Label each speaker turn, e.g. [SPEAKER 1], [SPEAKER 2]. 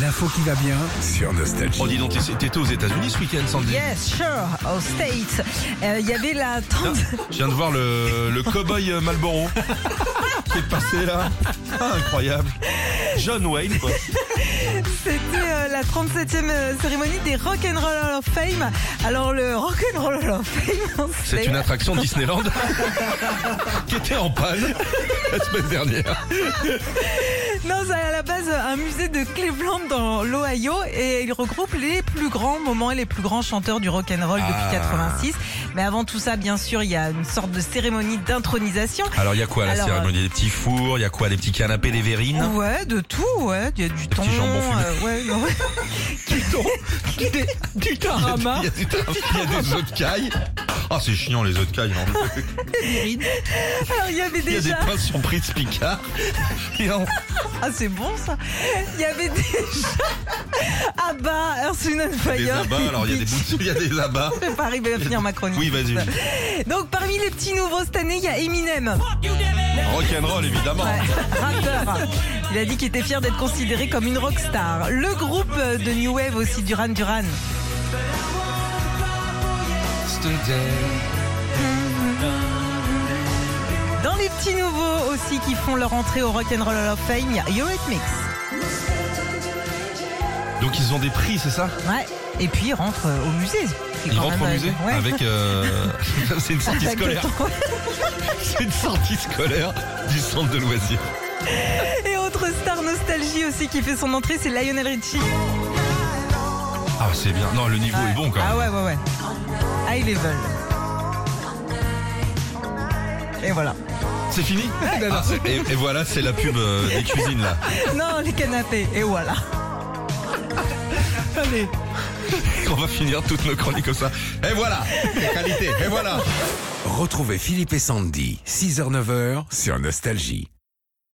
[SPEAKER 1] l'info qui va bien.
[SPEAKER 2] sur Nostalgie.
[SPEAKER 3] Oh, dis donc, t'es- t'étais aux États-Unis ce week-end, Sandy
[SPEAKER 4] Yes, sure, au States. Euh, Il y avait la
[SPEAKER 3] Tiens,
[SPEAKER 4] tente.
[SPEAKER 3] Je viens de voir le, le cow-boy euh, Marlboro qui est passé là. Ah, incroyable. John Wayne, quoi.
[SPEAKER 4] C'était euh, la 37e euh, cérémonie des Rock'n'Roll Hall of Fame. Alors, le Rock'n'Roll Hall of Fame,
[SPEAKER 3] C'est une attraction de Disneyland qui était en panne la semaine dernière.
[SPEAKER 4] Non, c'est à la base un musée de Cleveland dans l'Ohio et il regroupe les plus grands moments et les plus grands chanteurs du rock and roll
[SPEAKER 3] Ah.
[SPEAKER 4] depuis 86. Mais avant tout ça, bien sûr, il y a une sorte de cérémonie d'intronisation.
[SPEAKER 3] Alors, il y a quoi à la
[SPEAKER 4] Alors, euh,
[SPEAKER 3] cérémonie Des petits fours, il y a quoi Des petits canapés, des verrines
[SPEAKER 4] Ouais, de tout, ouais, il y a du thon,
[SPEAKER 3] petits jambons fumés.
[SPEAKER 4] euh, ouais, non, ouais.
[SPEAKER 1] Du
[SPEAKER 3] Il y a des- il y a des œufs de caille. Ah, c'est chiant les œufs de caille. non.
[SPEAKER 4] Alors, il y avait
[SPEAKER 3] Il y a des
[SPEAKER 4] déjà,
[SPEAKER 3] pains surprises Picard. Et en-
[SPEAKER 4] ah c'est bon ça, il y avait déjà Abba, Earth, Wind and Fire.
[SPEAKER 3] des abats, alors il y a des bouts- il y a des abats.
[SPEAKER 4] Je vais pas arriver à finir ma chronique.
[SPEAKER 3] Oui, vas-y.
[SPEAKER 4] Donc parmi les petits nouveaux cette année, il y a Eminem.
[SPEAKER 3] Rock'n'roll, évidemment.
[SPEAKER 4] Ouais, rappeur. Il a dit qu'il était fier d'être considéré comme une rockstar. Le groupe de New Wave aussi, Duran Duran. Dans les petits nouveaux aussi qui font leur entrée au Rock'n'Roll Hall of Fame, il y a Eurythmics.
[SPEAKER 3] Donc ils ont des prix, c'est ça
[SPEAKER 4] Ouais. Et puis ils rentrent euh, au musée. C'est
[SPEAKER 3] Ils
[SPEAKER 4] quand
[SPEAKER 3] rentrent au
[SPEAKER 4] même, euh,
[SPEAKER 3] musée
[SPEAKER 4] ouais.
[SPEAKER 3] avec. euh, c'est une sortie
[SPEAKER 4] Avec le
[SPEAKER 3] scolaire.
[SPEAKER 4] temps.
[SPEAKER 3] C'est une sortie scolaire du centre de loisirs.
[SPEAKER 4] Et autre star nostalgie aussi qui fait son entrée, c'est Lionel Richie.
[SPEAKER 3] Ah, c'est bien. Non, le niveau est bon quand même.
[SPEAKER 4] Ah ouais, ouais, ouais. High level. Et voilà.
[SPEAKER 3] C'est fini Ah, c'est- et, et voilà, c'est la pub euh, des cuisines là.
[SPEAKER 4] Non, les canapés. Et voilà.
[SPEAKER 1] Allez,
[SPEAKER 3] On va finir toutes nos chroniques comme ça. Et voilà, les qualités. Et voilà.
[SPEAKER 2] Retrouvez Philippe et Sandy, 6h-9h sur Nostalgie.